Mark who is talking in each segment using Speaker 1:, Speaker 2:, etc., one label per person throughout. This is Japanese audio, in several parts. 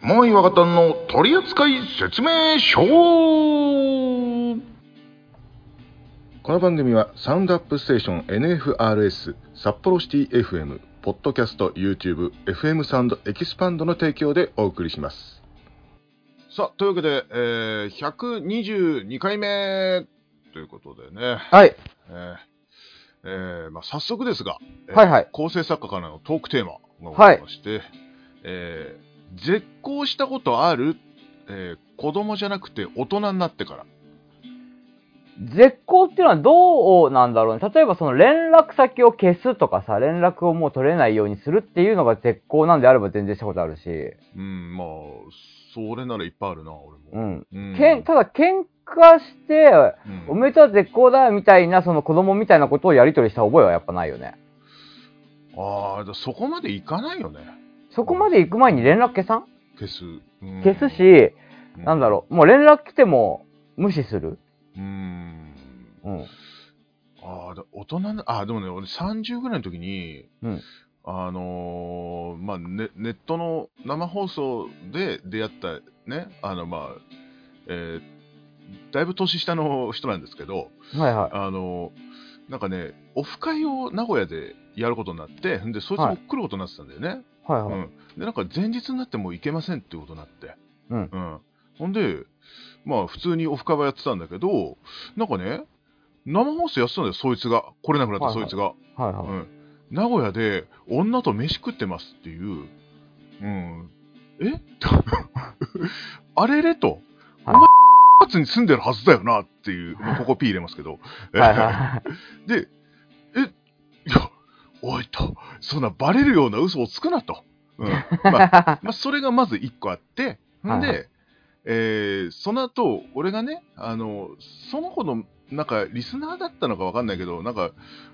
Speaker 1: もう岩方の取扱説明書この番組はサウンドアップステーション NFRS 札幌シティ FM ポッドキャスト YouTube FM サウンドエキスパンドの提供でお送りしますさあというわけで、えー、122回目ということでね、
Speaker 2: はい。
Speaker 1: えーえーまあ、早速ですが、えー
Speaker 2: はいはい
Speaker 1: 構成作家からのトークテーマがございまして、えー絶交したことある、えー子供じゃなくて大人になってから。
Speaker 2: 絶交っていうのはどうなんだろうね。例えばその連絡先を消すとかさ、連絡をもう取れないようにするっていうのが絶交なんであれば全然したことあるし。
Speaker 1: うん、まあ、それならいっぱいあるな、俺
Speaker 2: う
Speaker 1: も。
Speaker 2: ん。
Speaker 1: うん
Speaker 2: けんただ喧嘩して、
Speaker 1: うん
Speaker 2: おめでとう絶交だみたいな、その子供みたいなことをやり取りした覚えはやっぱないよね。
Speaker 1: ああ、だそこまでいかないよね、
Speaker 2: そこまで行く前に連絡消さん
Speaker 1: 消す。うん
Speaker 2: 消す、し、
Speaker 1: う
Speaker 2: なんだろう、もう連絡来ても無視する。
Speaker 1: う。うん。
Speaker 2: うん。
Speaker 1: ああ、だ大人な、あーでもね、俺30ぐらいの時に、
Speaker 2: うん
Speaker 1: あのーまあネ、ネットの生放送で出会ったね、あの、まあ、えーだいぶ年下の人なんですけど、
Speaker 2: はいはい。
Speaker 1: あのーなんかね、オフ会を名古屋でやることになって、で、そいつも来ることになってたんだよね。
Speaker 2: はいは
Speaker 1: う
Speaker 2: い。
Speaker 1: ん、でなんか前日になってもう行けませんってことになって、
Speaker 2: うん
Speaker 1: ほんでまあ普通にオフ会はやってたんだけどなんかね生放送やってたんだよそいつが来れなくなった
Speaker 2: はい
Speaker 1: そ
Speaker 2: はい
Speaker 1: いつが、
Speaker 2: はいはい。
Speaker 1: うん、名古屋で女と飯食ってますっていう、うん、え あれれと、
Speaker 2: はい
Speaker 1: お前 松に住んでるはずだよなっていう、まあここ P 入れますけど、
Speaker 2: はいはい。
Speaker 1: で、え、いや、おいと、そんなバレるような嘘をつくなと。 うん、 まあ、まあ、それがまず一個あって、んで、
Speaker 2: はい
Speaker 1: えーその後、俺がね、あの、その子の、なんか、リスナーだったのかわかんないけど、なんか、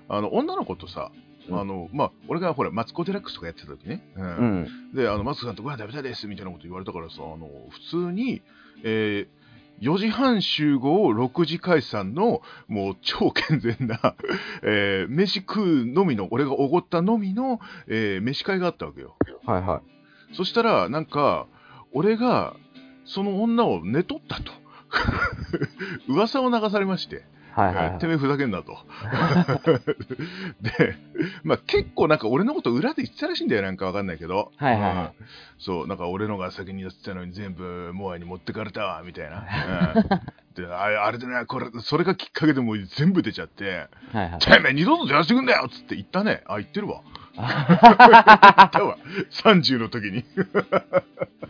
Speaker 1: あの、女の子とさ、
Speaker 2: うん
Speaker 1: あの、まあ、俺がほら、マツコ・デラックスとかやってた時ね、う。
Speaker 2: うんん。
Speaker 1: で、あの、マツコさんとご飯食べたいです、みたいなこと言われたからさ、あの、普通に、えー4時半集合、6時解散の、もう超健全な、 えー飯食うのみの、俺がおごったのみの、えー飯会があったわけよ。
Speaker 2: はいは
Speaker 1: そしたら、なんか、俺が、その女を寝取ったと。 噂を流されまして、
Speaker 2: い。はいはいはい
Speaker 1: て。めえふざけんなと。 で、まあ、結構なんか俺のこと裏で言ってたらしいんだよ、なんかわかんないけど。
Speaker 2: はいはいはい
Speaker 1: うんそう、なんか俺のが先にやってたのに全部モアイに持ってかれたわ、みたい な。うん、で、あれあれでね、これ、それがきっかけでもう全部出ちゃって、
Speaker 2: はいはい。
Speaker 1: てめえ二度と出らしてくんだよっつって言ったね。あ、言ってるわ。言ったわ。30の時に。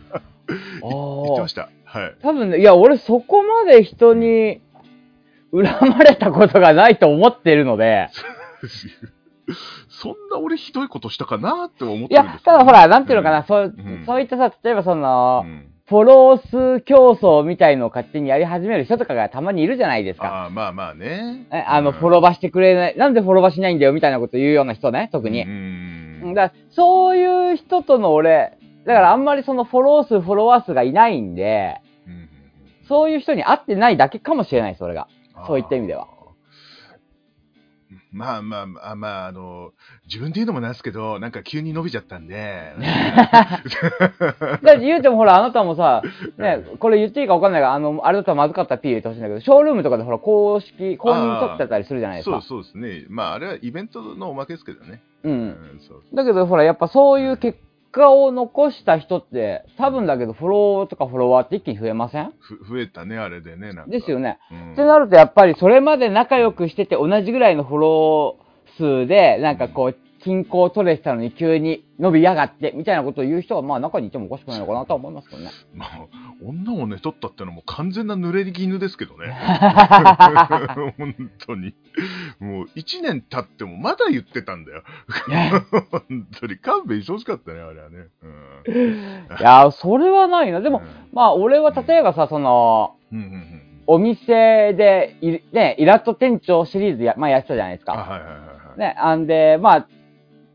Speaker 1: 言って
Speaker 2: ああ
Speaker 1: ま。した。はい。
Speaker 2: 多分ね、いや、俺そこまで人に恨まれたことがないと思ってるので、
Speaker 1: そんな俺ひどいことしたかなって思っ
Speaker 2: い
Speaker 1: てるんで
Speaker 2: や
Speaker 1: す、けど
Speaker 2: ただほら、なんていうのかな、そう
Speaker 1: うん
Speaker 2: そういったさ、例えばその、
Speaker 1: うん
Speaker 2: フォロー数競争みたいのを勝手にやり始める人とかがたまにいるじゃないですか。
Speaker 1: ああ、まあまあね。
Speaker 2: えあの、
Speaker 1: うん
Speaker 2: フォロバーしてくれない、なんでフォロバーしないんだよみたいなこと言うような人ね、特に
Speaker 1: う。ん
Speaker 2: だからそういう人との俺、だからあんまりそのフォロー数、フォロワー数がいないんで、
Speaker 1: うん
Speaker 2: そういう人に会ってないだけかもしれない、それが。そういった意味では。
Speaker 1: まあまあまあまあ、あの、自分で言うのもなんですけど、なんか急に伸びちゃったん で。
Speaker 2: だって言うてもほら、あなたも さ、ね、これ言っていいか分かんないが、あの、あれだったらまずかったら P 入れてほしいんだけど、ショールームとかでほら、公式、公認取ってたりするじゃないです
Speaker 1: そ
Speaker 2: か
Speaker 1: う。そうですね。まああれはイベントのおまけですけどね。
Speaker 2: う。
Speaker 1: うんそう
Speaker 2: だけどほら、やっぱそういう結果を残した人って、多分だけどフォローとかフォロワーって一気に増えません
Speaker 1: ふ増えたね、あれでね。なんか
Speaker 2: ですよね。
Speaker 1: うん
Speaker 2: ってなると、やっぱりそれまで仲良くしてて同じぐらいのフォロー数で、なんかこう、均衡取れてたのに急に伸びやがって、みたいなことを言う人は、まあ中にいてもおかしくないのかなとは思います けどね。
Speaker 1: まあ、女を寝取ったってのはもう完全な濡れ衣ですけどね。 本当に。もう1年経ってもまだ言ってたん だよ。本当に勘弁してほしかったね、あれはね。うん。
Speaker 2: いやー、それはないな。でも
Speaker 1: うん、
Speaker 2: まあ、俺は例えばさ、その、
Speaker 1: うんうんうん。
Speaker 2: お店でい、ね、イラッと店長シリーズや、まあ、やってたじゃないです
Speaker 1: あ、
Speaker 2: か。
Speaker 1: はいはいはいはい。
Speaker 2: ね、あんで、まあ、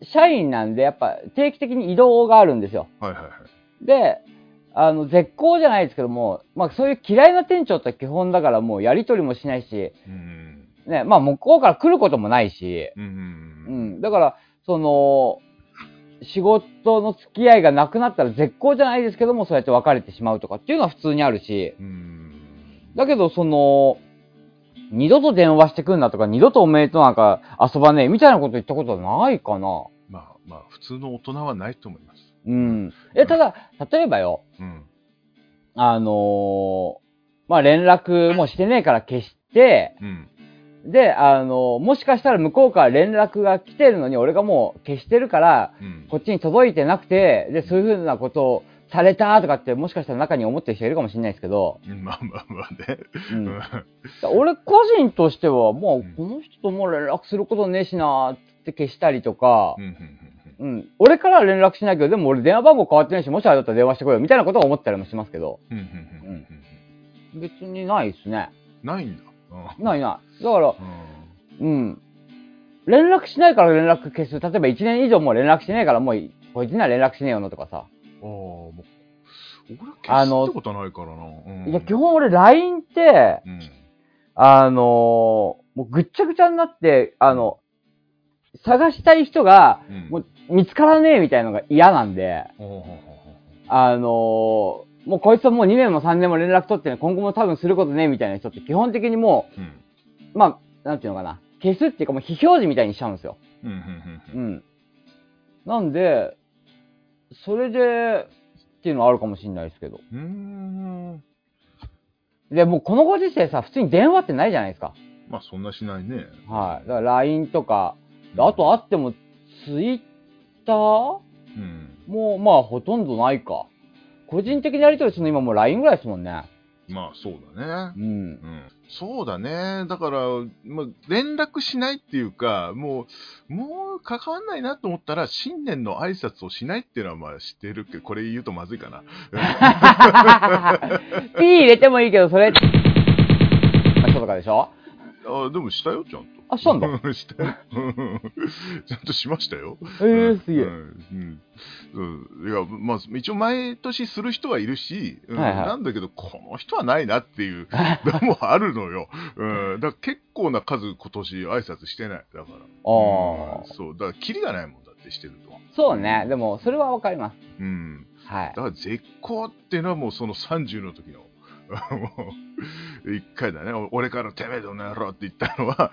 Speaker 2: 社員なんで、やっぱ定期的に移動があるんですよ。
Speaker 1: はいはいはい。
Speaker 2: で、あの、絶好じゃないですけども、まあ、そういう嫌いな店長って基本だからもうやりとりもしないし、
Speaker 1: うん
Speaker 2: ね、まあ、向こうから来ることもないし、
Speaker 1: うん。うんう
Speaker 2: うん
Speaker 1: うん。
Speaker 2: ん、だから、その、仕事の付き合いがなくなったら絶好じゃないですけども、そうやって別れてしまうとかっていうのは普通にあるし、
Speaker 1: うん。
Speaker 2: だけどその、二度と電話してくんなとか、二度とおめでとうなんか遊ばねえみたいなこと言ったことはないかな。
Speaker 1: まあまあ、普通の大人はないと思います。
Speaker 2: うん。え、ただ、例えばよ、
Speaker 1: うん。
Speaker 2: あのーまあ、連絡もしてねえから消して、
Speaker 1: うん。
Speaker 2: で、あのーもしかしたら向こうから連絡が来てるのに、俺がもう消してるから、
Speaker 1: うん。
Speaker 2: こっちに届いてなくて、で、そういうふうなことをされたとかって、もしかしたら中に思ってる人いるかもしれないですけど、
Speaker 1: まあまあまあね。う
Speaker 2: う、
Speaker 1: ん
Speaker 2: だか
Speaker 1: ん。
Speaker 2: ら俺個人としては、も
Speaker 1: うん
Speaker 2: う、この人ともう連絡することねえしなーって消したりとか
Speaker 1: う、ん。
Speaker 2: うん、俺からは連絡しないけど、でも俺電話番号変わってないし、もしあれだったら電話してこいよ、みたいなことは思ったりもしますけど、
Speaker 1: うん。うん。
Speaker 2: 別にないですね。
Speaker 1: ないんだ。うん
Speaker 2: ないない。だから、
Speaker 1: うん。
Speaker 2: うん。連絡しないから連絡消す。例えば1年以上もう連絡してないからもうい、こいつには連絡しねえよなとかさ。
Speaker 1: ああ、もう、俺
Speaker 2: あ
Speaker 1: 消
Speaker 2: の
Speaker 1: すってことはないからな。うん
Speaker 2: いや、基本俺 LINE って、
Speaker 1: うん。
Speaker 2: あのーもうぐっちゃぐちゃになって、あの、探したい人が
Speaker 1: うん。
Speaker 2: もう見つからねえみたいなのが嫌なんで、
Speaker 1: ほうほうほう
Speaker 2: あのーもうこいつはもう2年も3年も連絡取ってね、今後も多分することねえみたいな人って基本的にも
Speaker 1: ほううん。
Speaker 2: う、まあ、なんていうのかな、消すっていうかもう非表示みたいにしちゃうんですよ。
Speaker 1: うん。うん。う。
Speaker 2: うんん。なんで、それで、っていうのはあるかもしれないですけど。
Speaker 1: うん。うーん。
Speaker 2: で、もうこのご時世さ、普通に電話ってないじゃないですか。
Speaker 1: まあ、そんなしないね。
Speaker 2: はい。だから LINE とか、あとあっても、Twitter も
Speaker 1: うん。
Speaker 2: うまあほとんどないか。個人的にやりとりするの今もう LINE ぐらいですもんね。
Speaker 1: まあ、そうだ
Speaker 2: う
Speaker 1: ね。う
Speaker 2: ん。
Speaker 1: ん。そうだね。だから、まあ、連絡しないっていうか、もう、もう関わんないなと思ったら、新年の挨拶をしないっていうのは、まあ、知ってるけど、これ言うとまずいかな。
Speaker 2: P 入れてもいいけど、それ、人とかでしょ
Speaker 1: あでもしたよ、ちゃんと。
Speaker 2: あしたんだ。
Speaker 1: したよ。ちゃんとしましたよ。
Speaker 2: ええ
Speaker 1: うん
Speaker 2: すげえ。
Speaker 1: うん。うんうんいや、まあ、一応、毎年する人はいるし、うん
Speaker 2: はいはい
Speaker 1: なんだけど、この人はないなっていうのもあるのよ。うん。だから結構な数、今年挨拶してない。だから。
Speaker 2: あ
Speaker 1: う
Speaker 2: あ
Speaker 1: ん。そう。だから、キリがないもんだってしてると。
Speaker 2: そうね。でも、それはわかりま
Speaker 1: うん。
Speaker 2: す。はい
Speaker 1: だか。ら、絶好っていうのはもう、その30の時の。 もう一回だね、俺からてめえどの野郎って言ったの は、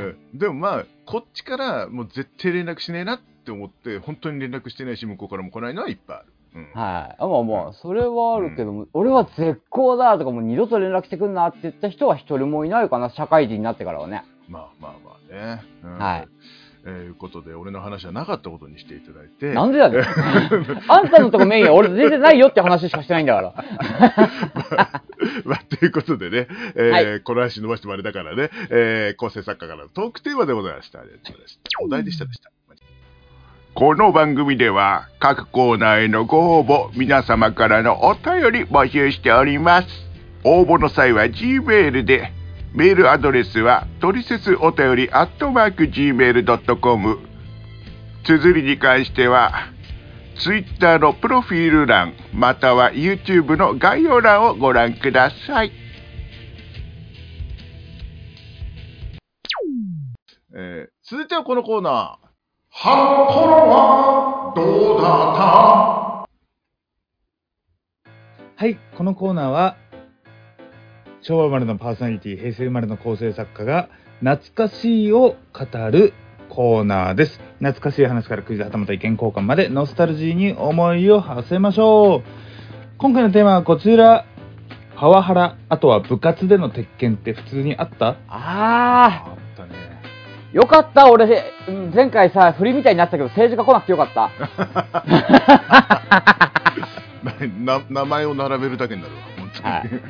Speaker 1: うんでもまあこっちからもう絶対連絡しねえなって思って本当に連絡してないし向こうからも来ないのはいっぱいある、うん
Speaker 2: はい。あまあまあ、それはあるけども、俺は絶好だとか、もう二度と連絡してくんなって言った人は一人もいないかな、社会人になってからはね。
Speaker 1: まあまあまあね、うん
Speaker 2: はい
Speaker 1: えーいうことで俺の話はなかったことにしていただいて
Speaker 2: なんで だね。あんたのとこメインは俺全然ないよって話しかしてないんだから。
Speaker 1: まあ、ということでね、えー
Speaker 2: は
Speaker 1: この話伸ばしてもあれだからね、えー構成作家からのトークテーマでございました。ありがとうございました。お題でしたでした。この番組では各コーナーへのご応募皆様からのお便り募集しております応募の際は G メールでメールアドレスは「トリセツお便り」「アットマーク Gmail.com」綴りに関しては Twitter のプロフィール欄または YouTube の概要欄をご覧ください。えー続いてはこのコーナー。はっころはどうだ
Speaker 3: はい、このコーナーは昭和生まれのパーソナリティ、平成生まれの構成作家が懐かしいを語るコーナーです。懐かしい話からクイズはたまた意見交換までノスタルジーに思いを馳せましょう。今回のテーマはこちら。パワハラ、あとは部活での鉄拳って普通にあった
Speaker 2: あ
Speaker 1: ったね。
Speaker 2: あ、よかった、俺、うん前回さ、振りみたいになったけど、政治家来なくてよかった。
Speaker 1: な名前を並べるだけになるわ、本当に。
Speaker 2: は
Speaker 1: う
Speaker 2: い
Speaker 1: ん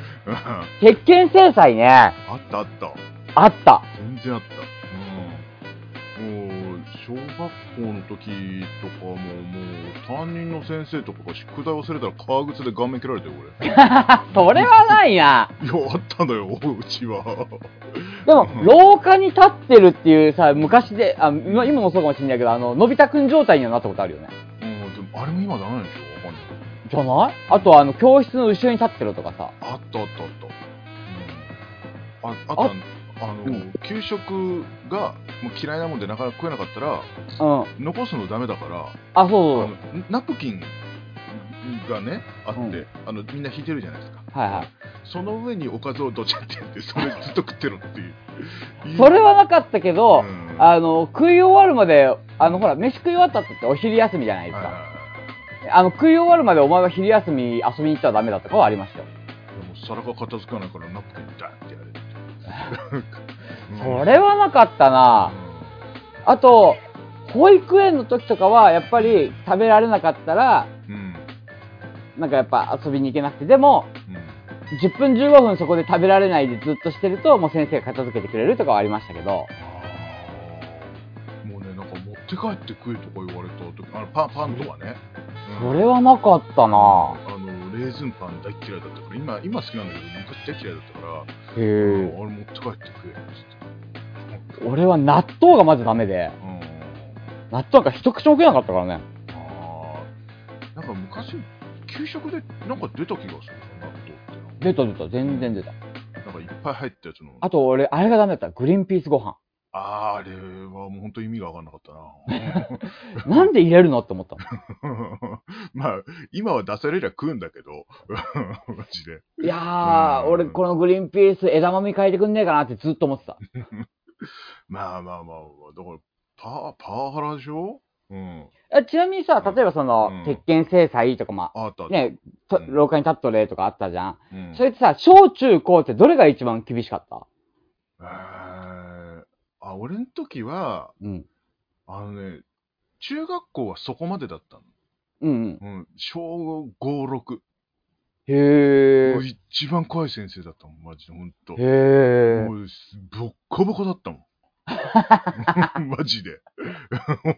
Speaker 2: 鉄拳制裁ね、
Speaker 1: あったあった。
Speaker 2: あった。
Speaker 1: 全然あった。うん。もう、小学校の時とかも、もう、担任の先生とかが宿題忘れたら革靴で顔面蹴られたよ、俺。いや、
Speaker 2: それはないな。
Speaker 1: あったのよ、うちは。
Speaker 2: でも
Speaker 1: うん、
Speaker 2: 廊下に立ってるっていうさ、昔で、あ今今もそうかもしれないけど、あの、のび太くん状態にはなったことあるよね。
Speaker 1: うん、でもあれも今ダメでしょわかんない。
Speaker 2: じゃないあとは、あの、教室の後ろに立ってるとかさ。
Speaker 1: あったあったあった。うん、ああと
Speaker 2: あ
Speaker 1: あのあの、
Speaker 2: うん
Speaker 1: 給食がもう嫌いなもんでなかなか食えなかったら
Speaker 2: うん。
Speaker 1: 残すのダメだから
Speaker 2: あ、
Speaker 1: あ
Speaker 2: そう
Speaker 1: のナプキンがねあって、
Speaker 2: うん
Speaker 1: あのみんな引いてるじゃないですか
Speaker 2: そう。はいはい。
Speaker 1: その上におかずをどちゃってやってそれずっと食ってるっていう
Speaker 2: それはなかったけ
Speaker 1: う
Speaker 2: ど、
Speaker 1: ん
Speaker 2: あの、食い終わるまで、あの、ほら、飯食い終わったってお昼休みじゃないです
Speaker 1: はいはい
Speaker 2: か。
Speaker 1: はい
Speaker 2: あの、食い終わるまでお前は昼休み遊びに行ったらダメだとかはありましたよ。
Speaker 1: でも皿が片付かないからナプキンだってやれってうん
Speaker 2: それはなかったなあと、保育園の時とかは、やっぱり食べられなかったら、
Speaker 1: うんうん
Speaker 2: なんかやっぱ遊びに行けなくて、でも、
Speaker 1: うん
Speaker 2: 10分15分そこで食べられないでずっとしてると、もう先生が片付けてくれるとかはありましたけど、
Speaker 1: あーもうねなんか持って帰って食えとか言われた時あのパンパンとかね
Speaker 2: それはなかった
Speaker 1: あ
Speaker 2: な
Speaker 1: のレーズンパン大嫌いだったから今今好きなんだけど昔大嫌いだったから、
Speaker 2: へ
Speaker 1: うん
Speaker 2: え。
Speaker 1: あれ持って帰って食えっつって
Speaker 2: 俺は納豆がまずダメで、
Speaker 1: うん
Speaker 2: 納豆なんか一口も食えなかったからね。
Speaker 1: あーなんか昔給食でなんか出た気がするな納豆って
Speaker 2: 出た出た、全然出た。
Speaker 1: なんかなんかいっぱい入ったやつの
Speaker 2: あと俺、あれがダメだった。グリーンピースご飯。
Speaker 1: あーあれはもう本当意味が分かんなかったな
Speaker 2: なんで入れるのって思ったの。
Speaker 1: まあ今は出されりゃ食うんだけど マジで
Speaker 2: いやー、
Speaker 1: うん
Speaker 2: 俺このグリーンピース枝豆変えてくんねえかなってずっと思ってた。
Speaker 1: まあまあまあ、まあ、だからパワパワハラでしょうん。
Speaker 2: えちなみにさ、例えばその、
Speaker 1: うん
Speaker 2: 鉄拳制裁とか、ま
Speaker 1: あったあっ
Speaker 2: あ、
Speaker 1: た。
Speaker 2: ね、と
Speaker 1: うん
Speaker 2: 廊下に立っとれとかあったじゃん。
Speaker 1: うん、
Speaker 2: それってさ、小中高ってどれが一番厳しかった
Speaker 1: えーあ、俺の時は、
Speaker 2: うん。
Speaker 1: あのね、中学校はそこまでだったの。
Speaker 2: うんうん。
Speaker 1: うん。小5、6。
Speaker 2: へえ
Speaker 1: もう。一番怖い先生だったもん、マジで、ほんと。
Speaker 2: へえ
Speaker 1: も。う、ボッコボコだったもん。マジで。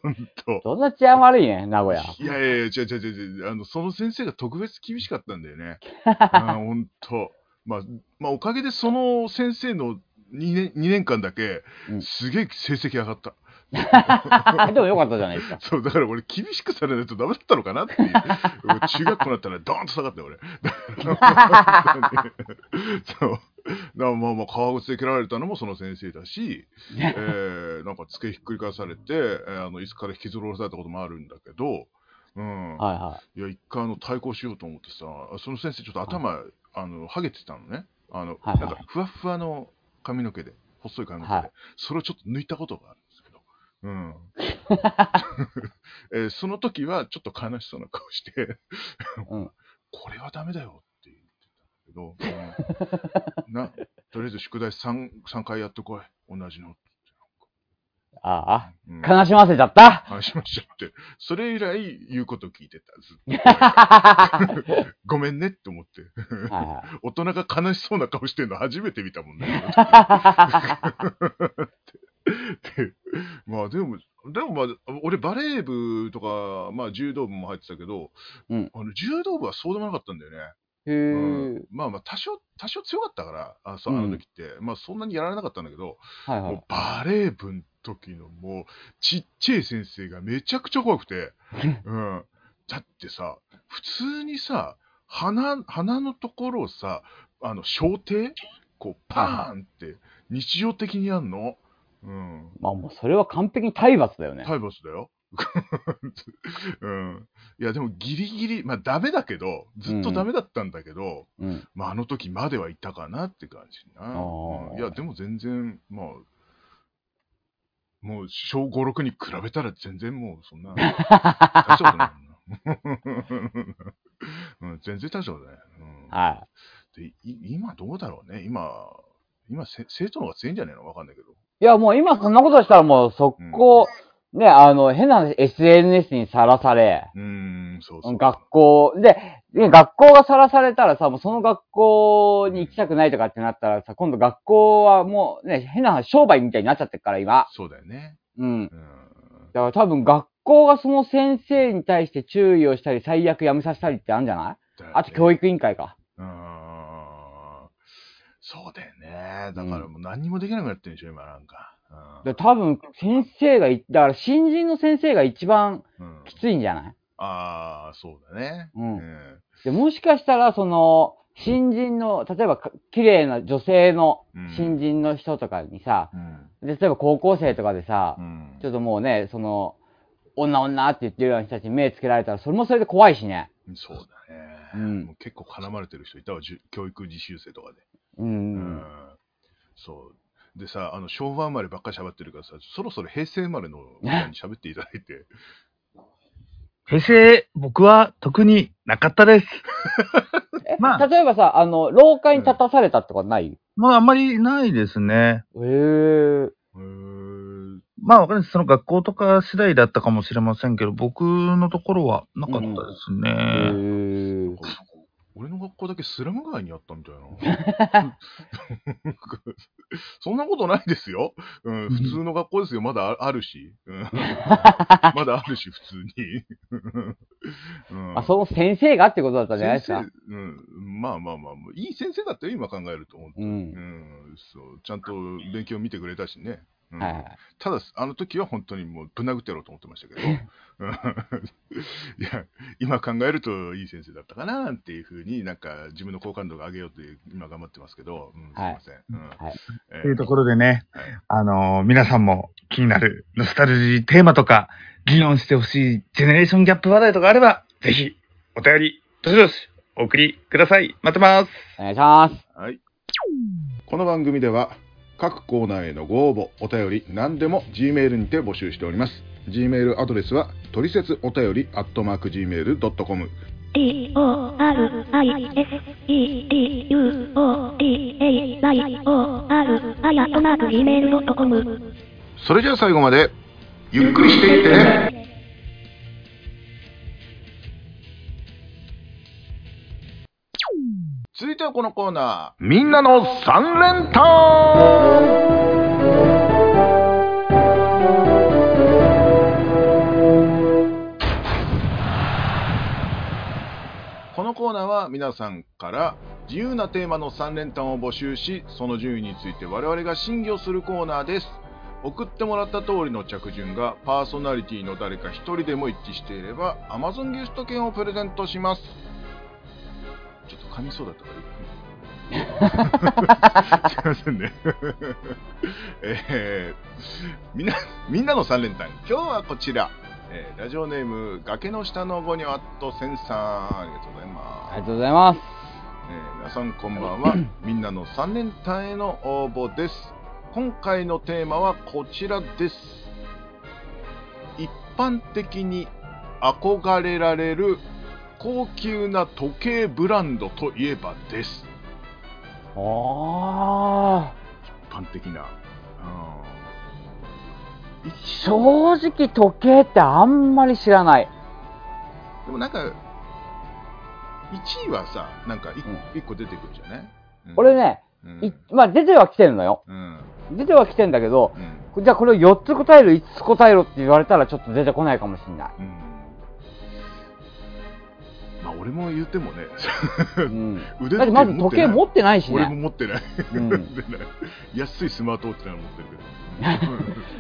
Speaker 1: ほんと。
Speaker 2: どんな治安悪いね、名古屋。
Speaker 1: いやいやいや、違う違う違う違うあの、その先生が特別厳しかったんだよ ね。あほんと。まあ、まあ、おかげでその先生の2年 ,2 年間だけ
Speaker 2: うん、
Speaker 1: すげえ成績上がった。
Speaker 2: でもよかったじゃないですか。
Speaker 1: そう、だから俺、厳しくされないとダメだったのかなって いう。俺中学校になったら、ドーンと下がったよ、俺。そう。だからまあまあ、革靴で蹴られたのもその先生だし、えー、なんか、つけひっくり返されて、えーあの椅子から引きずらされたこともあるんだけど、 うん。
Speaker 2: はいはい
Speaker 1: や、一回あの対抗しようと思ってさ、その先生ちょっと頭、あの、ハゲてたのね。あの、
Speaker 2: はい
Speaker 1: な
Speaker 2: はい
Speaker 1: んか、ふわっふわの髪の毛で、細い髪の毛で、
Speaker 2: はい
Speaker 1: それをちょっと抜いたことがあるんですけど、うん。 えーその時はちょっと悲しそうな顔して、
Speaker 2: うん
Speaker 1: これはダメだよって言ってたんだけど、うんな、とりあえず宿題 3, 三回やってこい、同じの。
Speaker 2: い。あ
Speaker 1: うん
Speaker 2: あ、悲しませちゃ った。
Speaker 1: 話しましょうって。それ以来、言うこと聞いてた。ずっと
Speaker 2: は
Speaker 1: ごめんねって思って。
Speaker 2: いは
Speaker 1: 大人が悲しそうな顔してるの初めて見たもんね。 ってまあでも、でもまあ、俺バレー部とか、まあ柔道部も入ってたけど、
Speaker 2: うん
Speaker 1: あの柔道部はそうでもなかったんだよね。
Speaker 2: い。へ
Speaker 1: うん
Speaker 2: え。
Speaker 1: まあまあ多少、多少強かったから、あそうあの時って、まあそんなにやられなかったんだけど、
Speaker 2: はいは
Speaker 1: も。
Speaker 2: いう
Speaker 1: バレー部の時のもう、ちっちゃい先生がめちゃくちゃ怖くて、うん。だってさ、普通にさ、鼻、鼻のところをさ、あの、小手こう、パーンって、日常的にやんの。うん。
Speaker 2: まあもうそれは完璧に体罰だよね。
Speaker 1: 体罰だよ。 うん。いや、でもギリギリ、まあダメだけど、ずっとダメだったんだけど、
Speaker 2: うん。
Speaker 1: まあ、あの時まではいたかなって感じな。
Speaker 2: ー
Speaker 1: うんいや、でも全然、まあ、もう小5、6に比べたら全然もうそんな、大したことないもんな。 うん、全然大したことない。うん
Speaker 2: は
Speaker 1: でい今どうだろうね。今、今せ、生徒の方が強いんじゃないのわかんないけど。
Speaker 2: い。いやもう今そんなことしたらもう速攻、ね、あの、変な話、SNS にさらされ、
Speaker 1: うーん、そうそう。
Speaker 2: 学校、で、で学校がさらされたらさ、もうその学校に行きたくないとかってなったらさ、今度学校はもうね、変な話、商売みたいになっちゃってるから今。
Speaker 1: そうだよね。
Speaker 2: うん。
Speaker 1: うん。
Speaker 2: だから多分学校がその先生に対して注意をしたり、最悪やめさせたりってあるんじゃないあと教
Speaker 1: 育。
Speaker 2: 育委員会か。
Speaker 1: うん。そうだよね。だからもう何にもできなくなってるでしょ、今なんか。うん
Speaker 2: だから多分先生がい、だから新人の先生が一番
Speaker 1: うん
Speaker 2: きついんじゃない
Speaker 1: ああ、そうだね。
Speaker 2: うん
Speaker 1: ん
Speaker 2: でもしかしたら、その、新人の、例えばか、綺麗な女性の
Speaker 1: うん
Speaker 2: 新人の人とかにさ、
Speaker 1: うん
Speaker 2: 例えば高校生とかでさ
Speaker 1: う、ん
Speaker 2: ちょっともうね、その、女女って言ってるような人たちに目つけられたら、それもそれで怖いしね。
Speaker 1: そうだね、
Speaker 2: うん
Speaker 1: もう結構絡まれてる人いたわじゅ教育実習生とかで、
Speaker 2: う。
Speaker 1: うんそうでさあの昭和生まればっかり喋ってるからさそろそろ平成生まれの方に喋っていただい て
Speaker 3: 平成、僕は特になかったです。
Speaker 2: え
Speaker 3: まあ
Speaker 2: 例えばさ、あの、廊下に立たされたってことない、
Speaker 3: まあ、あんまりないですね。
Speaker 2: えー、
Speaker 1: うーん
Speaker 3: まあ、わかります。その学校とか次第だったかもしれませんけど、僕のところはなかったです
Speaker 2: え
Speaker 3: ね。
Speaker 2: ー。
Speaker 1: なんか俺の学校だけスラム街にあったみたいな。 なんかそんなことないですよ。うん、普通の学校ですよ。まだああるし。うん まだあるし、普通に。 うん
Speaker 2: あ、その先生がってことだったんじゃないですか
Speaker 1: 先。生うん、まあまあまあ、もういい先生だったよ、今考えると。
Speaker 2: う。
Speaker 1: うんん、そう、ちゃんと勉強見てくれたしね。うん
Speaker 2: はいはい。
Speaker 1: ただ、あの時は本当にもうぶん殴ってやろうと思ってましたけど、うん いや、今考えるといい先生だったかなっていうふうに、なんか自分の好感度が上げようという、今頑張ってますけど、うん、すいません。うん
Speaker 2: はい
Speaker 1: えー
Speaker 3: というところでね
Speaker 1: はい、
Speaker 3: あのー皆さんも気になるノスタルジーテーマとか、議論してほしいジェネレーションギャップ話題とかあれば、ぜひ、お便り、どしどし、お送りください。待ってます。
Speaker 2: お願いします。
Speaker 1: はい、この番組では各コーナーへのご応募お便り何でも G メールにて募集しております G メールアドレスは「トリセツお便り」「アットマーク Gmail.com
Speaker 4: D O R I S E T U O T A Y O R あやとなく gmail.com」
Speaker 1: それじゃあ最後までゆっくりしていってね続いてはこのコーナーみんなの三連単このコーナーは皆さんから自由なテーマの三連単を募集しその順位について我々が審議をするコーナーです送ってもらった通りの着順がパーソナリティの誰か一人でも一致していれば Amazon ギフト券をプレゼントしますちょっと噛みそうだったからゆっくりすいませんね えーみんなみんなの三連単今日はこちら、えーラジオネーム崖の下のゴニョアットセンサーありがとうございます
Speaker 2: ありがとうございます。
Speaker 1: えー皆さんこんばんは みんなの3連単への応募です今回のテーマはこちらです一般的に憧れられる高級な時計ブランドといえばです
Speaker 2: ああ。
Speaker 1: 一般的なうん
Speaker 2: 正直時計ってあんまり知らない。
Speaker 1: でもなんか1位はさなんか 1, 個出てくるじゃない、うん
Speaker 2: 俺、ね、
Speaker 1: うん
Speaker 2: いまあ出ては来てるのよ。
Speaker 1: うん
Speaker 2: 出ては来てんだけど、
Speaker 1: うん
Speaker 2: じゃあこれを4つ答える、5つ答えろって言われたらちょっと出てこないかもしれない。
Speaker 1: うんまあ俺も言ってもね
Speaker 2: うん。
Speaker 1: 腕
Speaker 2: だっ
Speaker 1: 時
Speaker 2: てまず時計持
Speaker 1: て
Speaker 2: ってないし
Speaker 1: ない俺も
Speaker 2: ね。
Speaker 1: 持ってない、
Speaker 2: う
Speaker 1: 持っ
Speaker 2: ん。
Speaker 1: てない 安いスマートウォッチなら持ってるけど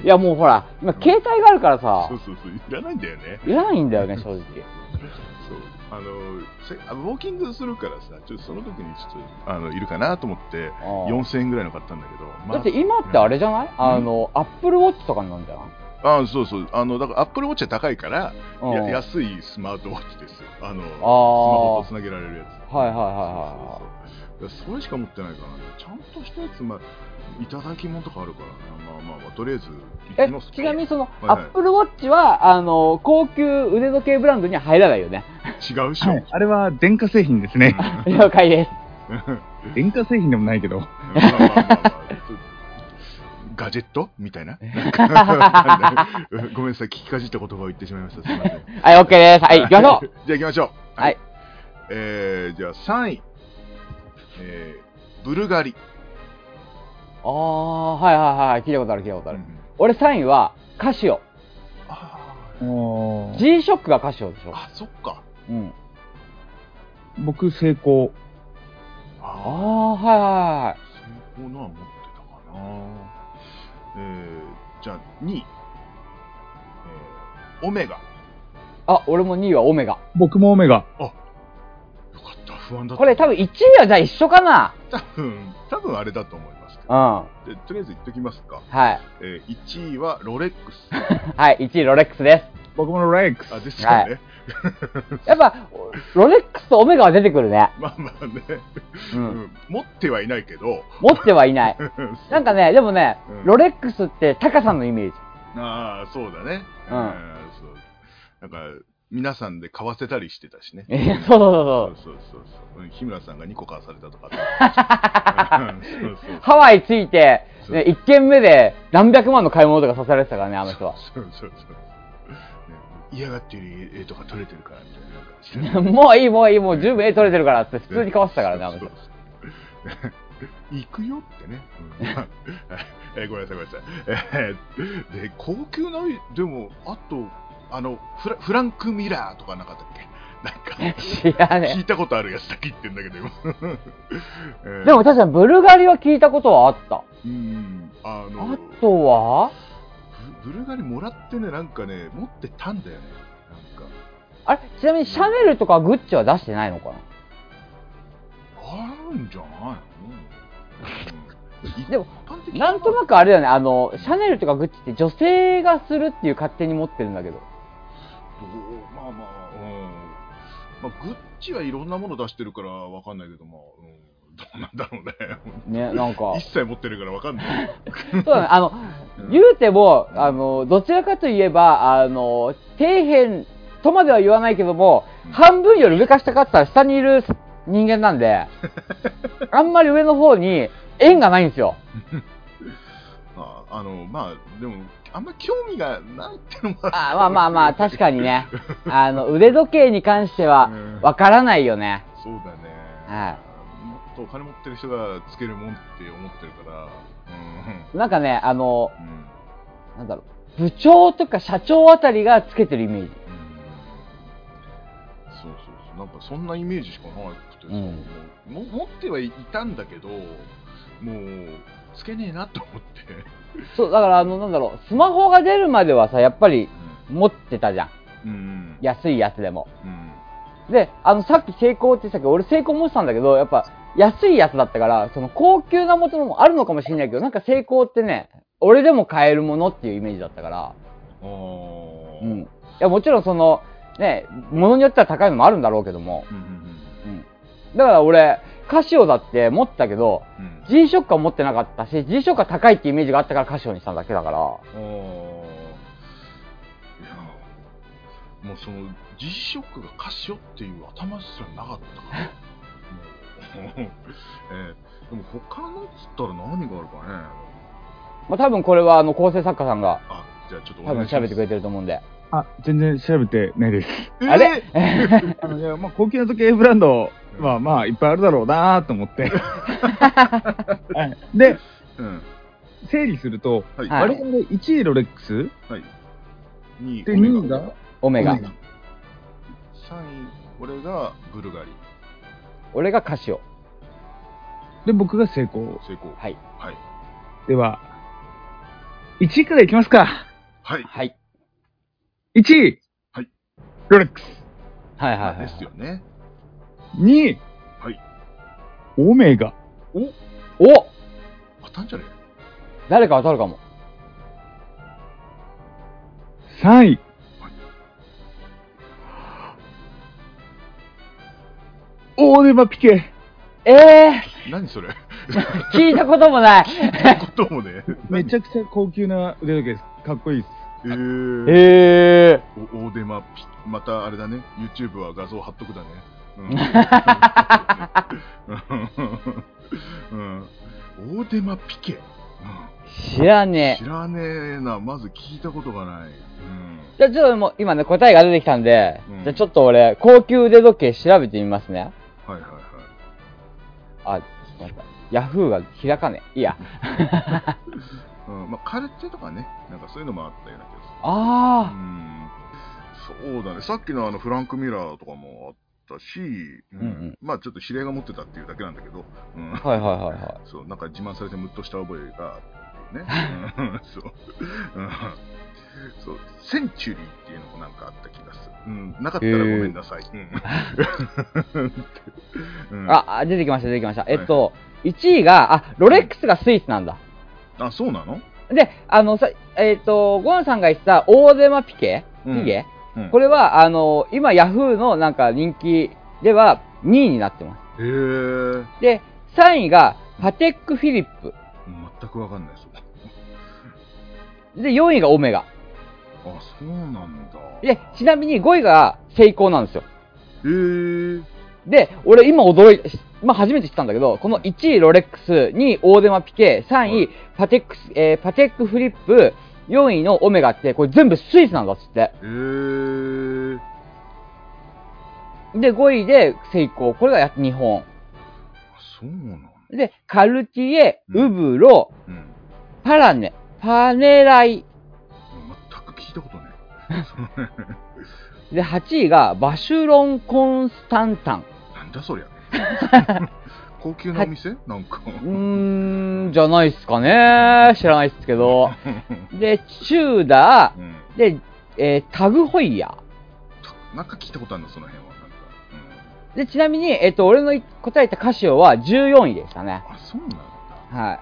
Speaker 2: いやもうほら、今携帯があるからさ
Speaker 1: そ、うそうそういらないんだよね
Speaker 2: いらないんだよね、正直。
Speaker 1: そうあのせあウォーキングするからさちょっとその時にちょっとあのいるかなと思って
Speaker 2: あー
Speaker 1: 4000円ぐらいの買ったんだけど、まあ、
Speaker 2: だって今ってあれじゃないあの、アップルウォッチとかなんじゃない
Speaker 1: あそうそうあのだからアップルウォッチは高いから、
Speaker 2: うん
Speaker 1: や安いスマートウォッチですよあの
Speaker 2: あ
Speaker 1: スマホ
Speaker 2: あ
Speaker 1: とつなげられるやつ
Speaker 2: はいはいはい
Speaker 1: はいそうそうそうそれしか持ってないからねちゃんとしたやつまあいただき物とかあるからねまあまあまあとりあえず
Speaker 2: え
Speaker 1: 行きます
Speaker 2: ちなみにその、
Speaker 1: いはい
Speaker 2: アップルウォッチはあの高級腕時計ブランドには入らない よね
Speaker 1: 違うっしょ、
Speaker 3: はい。あれは電化製品です ね。
Speaker 1: うん
Speaker 2: 了解です
Speaker 3: 電化製品でもないけど。
Speaker 1: まあまあまあまあちょガジェットみたいな なんかわかんないごめんなさい聞きかじった言葉を言ってしまいましたすみません
Speaker 2: はい OK ですはい行きましょう
Speaker 1: じゃあ行きましょう
Speaker 2: はい
Speaker 1: えー、じゃあ3位、えー、ブルガリ
Speaker 2: ああはいはいはい聞いたことある聞いたことある、俺3位はカシオ
Speaker 1: あ
Speaker 3: お
Speaker 2: G ショックがカシオでし
Speaker 1: ー
Speaker 2: ょ、
Speaker 1: あそっか
Speaker 2: うん、
Speaker 3: 僕、成功。
Speaker 2: あ
Speaker 1: あ
Speaker 2: あはいはいはい
Speaker 1: 成功のは持ってたかなえー、じゃあ2位、えー、オメガよ
Speaker 2: あ俺も2位はオメガ
Speaker 3: 僕もオメガ。
Speaker 1: かった不安だった
Speaker 2: これ多分1位はじゃあ一緒かな
Speaker 1: 多分多分あれだと思いますけ
Speaker 2: うん。
Speaker 1: ど
Speaker 2: は
Speaker 1: でとりあえず言っときますか、
Speaker 2: い。
Speaker 1: えー、1位はロレックス
Speaker 2: はい、1位ロレックスで
Speaker 3: 僕もレックス。
Speaker 1: あですよね、
Speaker 2: す。やっぱ、ロレックスとオメガは出てくるね。
Speaker 1: まあまあね、
Speaker 2: う。
Speaker 1: うんん、持ってはいないけ ど
Speaker 2: 持ってはいない。なんかね、でもね
Speaker 1: うん、
Speaker 2: ロレックスってタカさんのイメージ。
Speaker 1: ああそうだね
Speaker 2: うん
Speaker 1: んそうなんか皆さんで買わせたりしてたしね
Speaker 2: そうそうそう
Speaker 1: そうそうそ
Speaker 2: そう。
Speaker 1: うそううん日村さんが2個買わされたとかあったうんそうそう
Speaker 2: ハワイ着いて、
Speaker 1: そう
Speaker 2: ね、1軒目で何百万の買い物とかさせられてたからね、あの人は。
Speaker 1: そうそうそう、ね、嫌がってる絵とか撮れてるからみたいななんか知らない
Speaker 2: もういい、もういい、もう十分絵取れてるからって普通にかわしてたからね、あの人
Speaker 1: そう。そうそう行くよって ね、うんえーごめんなさいごめんなさい、えーで高級なでもあとあのフラフランク・ミラーとかなかったっけなんか
Speaker 2: 知ら
Speaker 1: 聞
Speaker 2: ね
Speaker 1: いたことあるやつだけ言ってんだけど今、え
Speaker 2: え。
Speaker 1: ー
Speaker 2: でも確かにブルガリは聞いたことはあった。
Speaker 1: うんあの
Speaker 2: あとは
Speaker 1: ブブルガリもらってねなんかね持ってたんだよねなんか
Speaker 2: あれちなみにシャネルとかグッチは出してないのかな
Speaker 1: あるんじゃないの、うん
Speaker 2: でも
Speaker 1: 一般的に
Speaker 2: なんとなくあれだよね、あの、シャネルとかグッチって女性がするっていう勝手に持ってるんだけど。
Speaker 1: どうまあまあ、うん。まあ、グッチはいろんなもの出してるからわかんないけど、まあ、うん、どうなんだろうね。。
Speaker 2: ね、なんか
Speaker 1: 一切持ってるからわかんない。
Speaker 2: そうだね、あの、
Speaker 1: うん
Speaker 2: 言うても、あの、どちらかといえば、あの、底辺とまでは言わないけども、
Speaker 1: うん
Speaker 2: 半分より上か下かって言ったら下にいる人間な んで、あんまり上の方に縁がないんですよ。
Speaker 1: まあ、あの、まあ、でも、あんま興味がないっていうの も
Speaker 2: あまあまあまあ、確かにね。あの、腕時計に関しては
Speaker 1: うん、
Speaker 2: わからないよね。
Speaker 1: そうだね。
Speaker 2: は
Speaker 1: もっとお金持ってる人がつけるもんって思ってるから、
Speaker 2: なんかね、あの、
Speaker 1: うん。うん。
Speaker 2: なんだろう、部長とか社長あたりがつけてるイメー
Speaker 1: う
Speaker 2: ジ。
Speaker 1: んそうそうそうなんかそんなイメージしかなくてさ、
Speaker 2: うん
Speaker 1: もうも持ってはいたんだけどもうつけねえなと思って、
Speaker 2: そう、だから、あの、なんだろう、スマホが出るまではさ、やっぱり
Speaker 1: う
Speaker 2: 持ってたじゃん。
Speaker 1: んうん
Speaker 2: 安いやつでも。
Speaker 1: うん
Speaker 2: で、あの、さっき成功って言ってたけど、俺成功持ってたんだけど、やっぱ、安いやつだったから、その高級なものもあるのかもしれないけど、なんか成功ってね、俺でも買えるものっていうイメージだったから、
Speaker 1: あー
Speaker 2: う
Speaker 1: うん
Speaker 2: ん。いや、もちろんその、ね、ものによっては高いのもあるんだろうけども、
Speaker 1: うんうん
Speaker 2: うん。だから俺、カシオだって持ってたけど、
Speaker 1: うん
Speaker 2: G-SHOCK は持ってなかったし、G-SHOCK は高いってイメージがあったからカシオにしただけだから、
Speaker 1: あーいやもうその G ショックがカシオっていう頭すらなかったからもうえーでも他のっつったら何があるかね
Speaker 2: まあ多分これはあの、構成作家さんが
Speaker 1: あじゃあちょっとお
Speaker 2: 多
Speaker 1: 願
Speaker 2: 分
Speaker 1: いします
Speaker 2: 調べてくれてると思うんで。
Speaker 3: あ、全然調べてないです。
Speaker 1: えー
Speaker 2: あれ
Speaker 3: あのいや、まあ、高級な時計ブランドは、まあ、いっぱいあるだろうなと思って。はいで、
Speaker 1: うん
Speaker 3: 整理すると、
Speaker 1: はい。
Speaker 2: はい
Speaker 3: あれ1位ロレックス
Speaker 1: はい。2位、
Speaker 3: で、
Speaker 1: オメガ
Speaker 3: 2位が
Speaker 2: オメガ。
Speaker 3: オメガ
Speaker 1: 3位、これがブルガリ、
Speaker 2: 俺がカシオ。
Speaker 3: で、僕が成功。
Speaker 1: 成功。
Speaker 2: はい。
Speaker 1: はい。
Speaker 3: では、1位からいきますか。
Speaker 1: はい。
Speaker 2: はい。
Speaker 3: 1位、
Speaker 1: はい
Speaker 3: ロレックス。
Speaker 2: はいはいは
Speaker 1: で
Speaker 2: い。
Speaker 1: すよね。
Speaker 3: 2位、
Speaker 1: はい
Speaker 3: オメガ。
Speaker 2: お
Speaker 1: 当たんじゃね
Speaker 2: 誰か当たるかも。
Speaker 3: 3位、オーデバピケ。
Speaker 2: ええ
Speaker 1: え何それ
Speaker 2: ー、聞いたこともない。
Speaker 1: こともね。
Speaker 3: めちゃくちゃ高級な腕時計です。かっこいいです。
Speaker 1: えー、え
Speaker 2: ええ
Speaker 1: お大手間、またあれだね。YouTube は画像貼っとくだね。 うん。うん、大手間ピケ、う
Speaker 2: ー、知ら
Speaker 1: ん
Speaker 2: ね
Speaker 1: 知らねえな。まず聞いたことがない。うん。
Speaker 2: え。じゃあちょっともう今ね答えが出てきたんで、
Speaker 1: うん
Speaker 2: じゃあちょっと俺高級腕時計調べてみますね。
Speaker 1: はいはいはい。
Speaker 2: あ、ちょっと待って。ヤフーが開かねえ。いいや。
Speaker 1: うん、まあ、カルテとかね、なんかそういうのもあったような気がする。
Speaker 2: あ
Speaker 1: うんそうだね、さっきのあのフランク・ミラーとかもあったし、うん
Speaker 2: うんうん
Speaker 1: まあちょっと知り合いが持ってたっていうだけなんだけど、うん
Speaker 2: あ。はいはいはいは
Speaker 1: そうなんか自慢されてムッとした覚えがあってね、うんそう、うんそう、センチュリーっていうのもなんかあった気がする。うん、なかったらごめんなさい。うん。う ん、
Speaker 2: あ、あ出てきました、出てきました。えっと、1位が、あ、ロレックスがスイーツなんだ。
Speaker 1: あ、そうなの
Speaker 2: で、あの、さえっと、ゴンさんが言ってた、大手間ピケピ
Speaker 1: うん
Speaker 2: ケ、
Speaker 1: うん。
Speaker 2: これは、あの、今、ヤフーのなんか人気では2位になってます。
Speaker 1: へえ。
Speaker 2: で、3位が、パテック・フィリップ。
Speaker 1: 全くわかんないです。
Speaker 2: で、4位がオメガ。
Speaker 1: あ、そうなんだ。
Speaker 2: で、ちなみに5位がセイコーなんですよ。
Speaker 1: へー
Speaker 2: で、俺今驚い、まあ、初めて知ったんだけど、この1位ロレックス、2位大手間ピケ、3
Speaker 1: は
Speaker 2: 位パテックス、えーパテックフリップ、4位のオメガって、これ全部スイーツなんだっつって。
Speaker 1: へー
Speaker 2: で、5位でセイコー、これがや日本。
Speaker 1: あ、そうなんだ。
Speaker 2: で、カルティエ、
Speaker 1: う
Speaker 2: ウ
Speaker 1: ん
Speaker 2: ブロ、
Speaker 1: うん。
Speaker 2: パラネ、パネライ。
Speaker 1: 全く聞いたことない。
Speaker 2: で、8位がバシュロン・コンスタンタン。
Speaker 1: なんだそりゃ。 高級なお店なんか。
Speaker 2: うーん、じゃないっすかね。知らないっす けど。で、チューダ
Speaker 1: うん。
Speaker 2: ー、で、えータグホイヤー。
Speaker 1: たなんか聞いたことあるんだ、その辺は。なんか
Speaker 2: で、ちなみに、えっと、俺の答えたカシオは14位でしたね。
Speaker 1: うん、あ、そうなんだ。
Speaker 2: は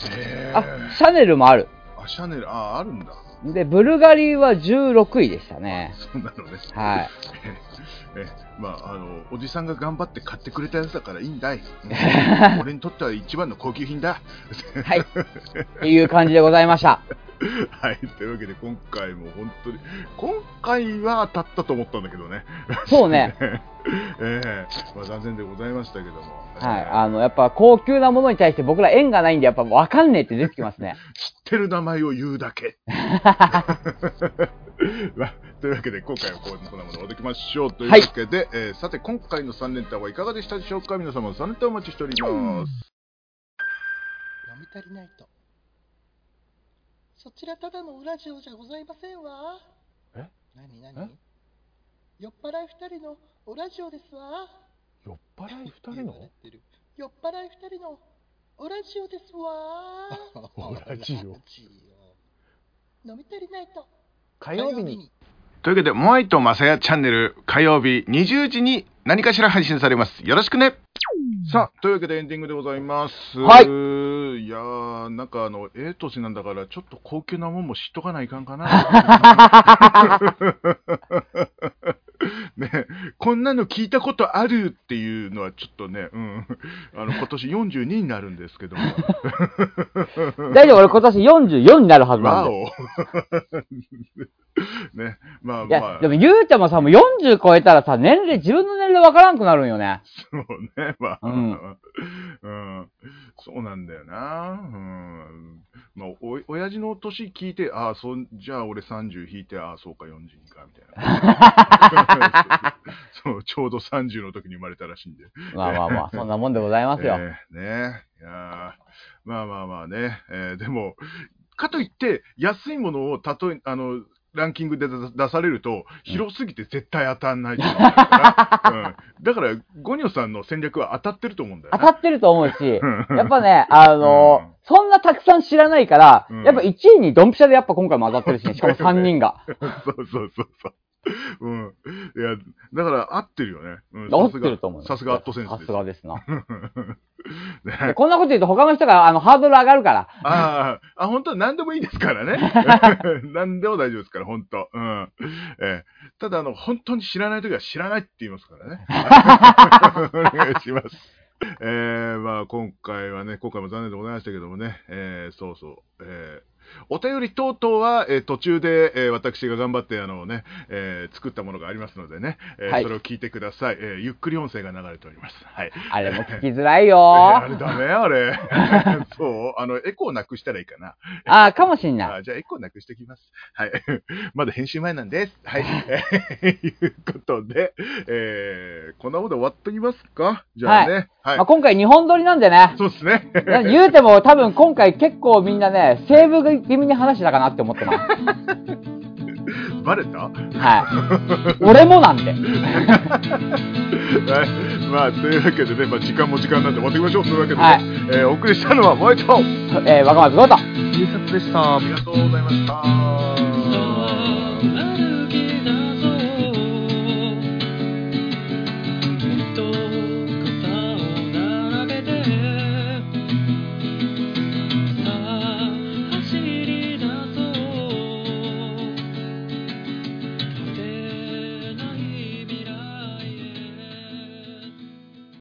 Speaker 2: い。
Speaker 1: へ
Speaker 2: あ
Speaker 1: ー、
Speaker 2: シャネルもある。
Speaker 1: あ、シャネル、あ、あるんだ。
Speaker 2: で、ブルガリは16位でしたね。
Speaker 1: そうなのね。
Speaker 2: はい。
Speaker 1: え。え、まあ、あの、おじさんが頑張って買ってくれたやつだからいいんだい。俺にとっては一番の高級品だ。
Speaker 2: はい。っていう感じでござい ました。
Speaker 1: はい。というわけで、今回も本当に、今回は当たったと思ったんだけどね。
Speaker 2: そうね。
Speaker 1: ええまあ、残念でございましたけども。
Speaker 2: はい。
Speaker 1: ええ
Speaker 2: あの、やっぱ高級なものに対して僕ら縁がないんで、やっぱわかんねえって出てきます ね。
Speaker 1: 知ってる名前を言うだけ。 まあというわけで、今回はこんなものをお届けしましょう。というわけで、えーさて、今回の3連単はいかがでしたでしょうか皆様、3連単お待ちしております。
Speaker 5: 飲み足りないとそちらただのウラジオじゃございませんわ
Speaker 1: え
Speaker 5: 何
Speaker 1: え
Speaker 5: 何酔っ払い二人のオラジオですわ
Speaker 1: 酔っ払い2
Speaker 5: 言われてる酔っ払い二人のオラジオで すわ
Speaker 1: オラ ジオ
Speaker 5: オ飲み足りないと
Speaker 1: 火
Speaker 5: 火曜日に
Speaker 1: というわけで、モアイとマサヤチャンネル、火曜日20時に何かしら配信されます。よろしくねさあ、というわけでエンディングでございます。
Speaker 2: はい
Speaker 1: いやー、なんかあの、ええ年なんだから、ちょっと高級なもんも知っとかないかんかな。 ねこんなの聞いたことあるっていうのはちょっとね、うん。あの、今年42になるんですけども。
Speaker 2: 大丈夫、俺今年44になるはずなん
Speaker 1: わ
Speaker 2: で。
Speaker 1: お ね、まあ
Speaker 2: い
Speaker 1: まあ
Speaker 2: や、。でも、ゆうちゃんもさ、もう40超えたらさ、年齢、自分の年齢わからんくなるんよね。
Speaker 1: そうね、 まあ、う
Speaker 2: うんん、
Speaker 1: そうなんだよな、うん、まあ、お親父の年聞いて、ああ、そんじゃあ俺30引いて、ああ、そうか、42か、みたいな。 そう、ちょうど30の時に生まれたらしいんで。
Speaker 2: まあまあまあ、そんなもんでございますよ。
Speaker 1: えーねいやーまあまあまあね、えーでも、かといって、安いものをたとえ、あの、ランキングで出出されると、広すぎて絶対当たんないっていうのがある から、うんだから、ゴニョさんの戦略は当たってると思うんだよ
Speaker 2: 当
Speaker 1: ね、
Speaker 2: たってると思うし、
Speaker 1: うん
Speaker 2: やっぱね、あの、そんなたくさん知らないから、
Speaker 1: うん
Speaker 2: やっぱ1位にドンピシャでやっぱ今回も当たってるしね、しかも3人が。
Speaker 1: そうそうそうそう。うん。いや、だから合ってるよね。うん、
Speaker 2: 合ってると思うよ
Speaker 1: さすがアットセンス
Speaker 2: さ
Speaker 1: です
Speaker 2: がですな。
Speaker 1: ね
Speaker 2: でこんなこと言うと他の人があのハードル上がるから。
Speaker 1: ああ、あ、本当は何でもいいですからね。何でも大丈夫ですから、本当。うん。えーただ、あの、本当に知らないときは知らないって言いますからね。お願いします。えー、まあ、今回はね、今回も残念でございましたけどもね、えー、そうそう、えーお便り等々は、えー途中で、えー私が頑張ってあの、ねえー作ったものがありますのでね、えー
Speaker 2: はい
Speaker 1: それを聞いてください、えーゆっくり音声が流れております。はい、
Speaker 2: あれも聞きづら
Speaker 1: えー
Speaker 2: い よ
Speaker 1: あれダメあれ。 そうあの、エコーなくしたらいいかな。
Speaker 2: ああ、かもしんない。
Speaker 1: あじゃあ、エコーなくしておきます。はい。 まだ編集前なんです。はい。 えーいうことで、えー、こんなことで終わっときますかじゃあね。はい。
Speaker 2: まあ、今回日本撮りなんでね。
Speaker 1: そうですね。
Speaker 2: 言うても多分今回結構みんなね、セーブ気味に話してたかなって思ってます。
Speaker 1: バレた
Speaker 2: はい。俺もなん
Speaker 1: は
Speaker 2: で。
Speaker 1: い。まあ、というわけでね、まあ、時間も時間なんで終わっていきましょう。というわけでね、
Speaker 2: はい
Speaker 1: えーお送りしたのは、もえと、
Speaker 2: えー、若松ごと。
Speaker 1: 印刷でした。ありがとうございました。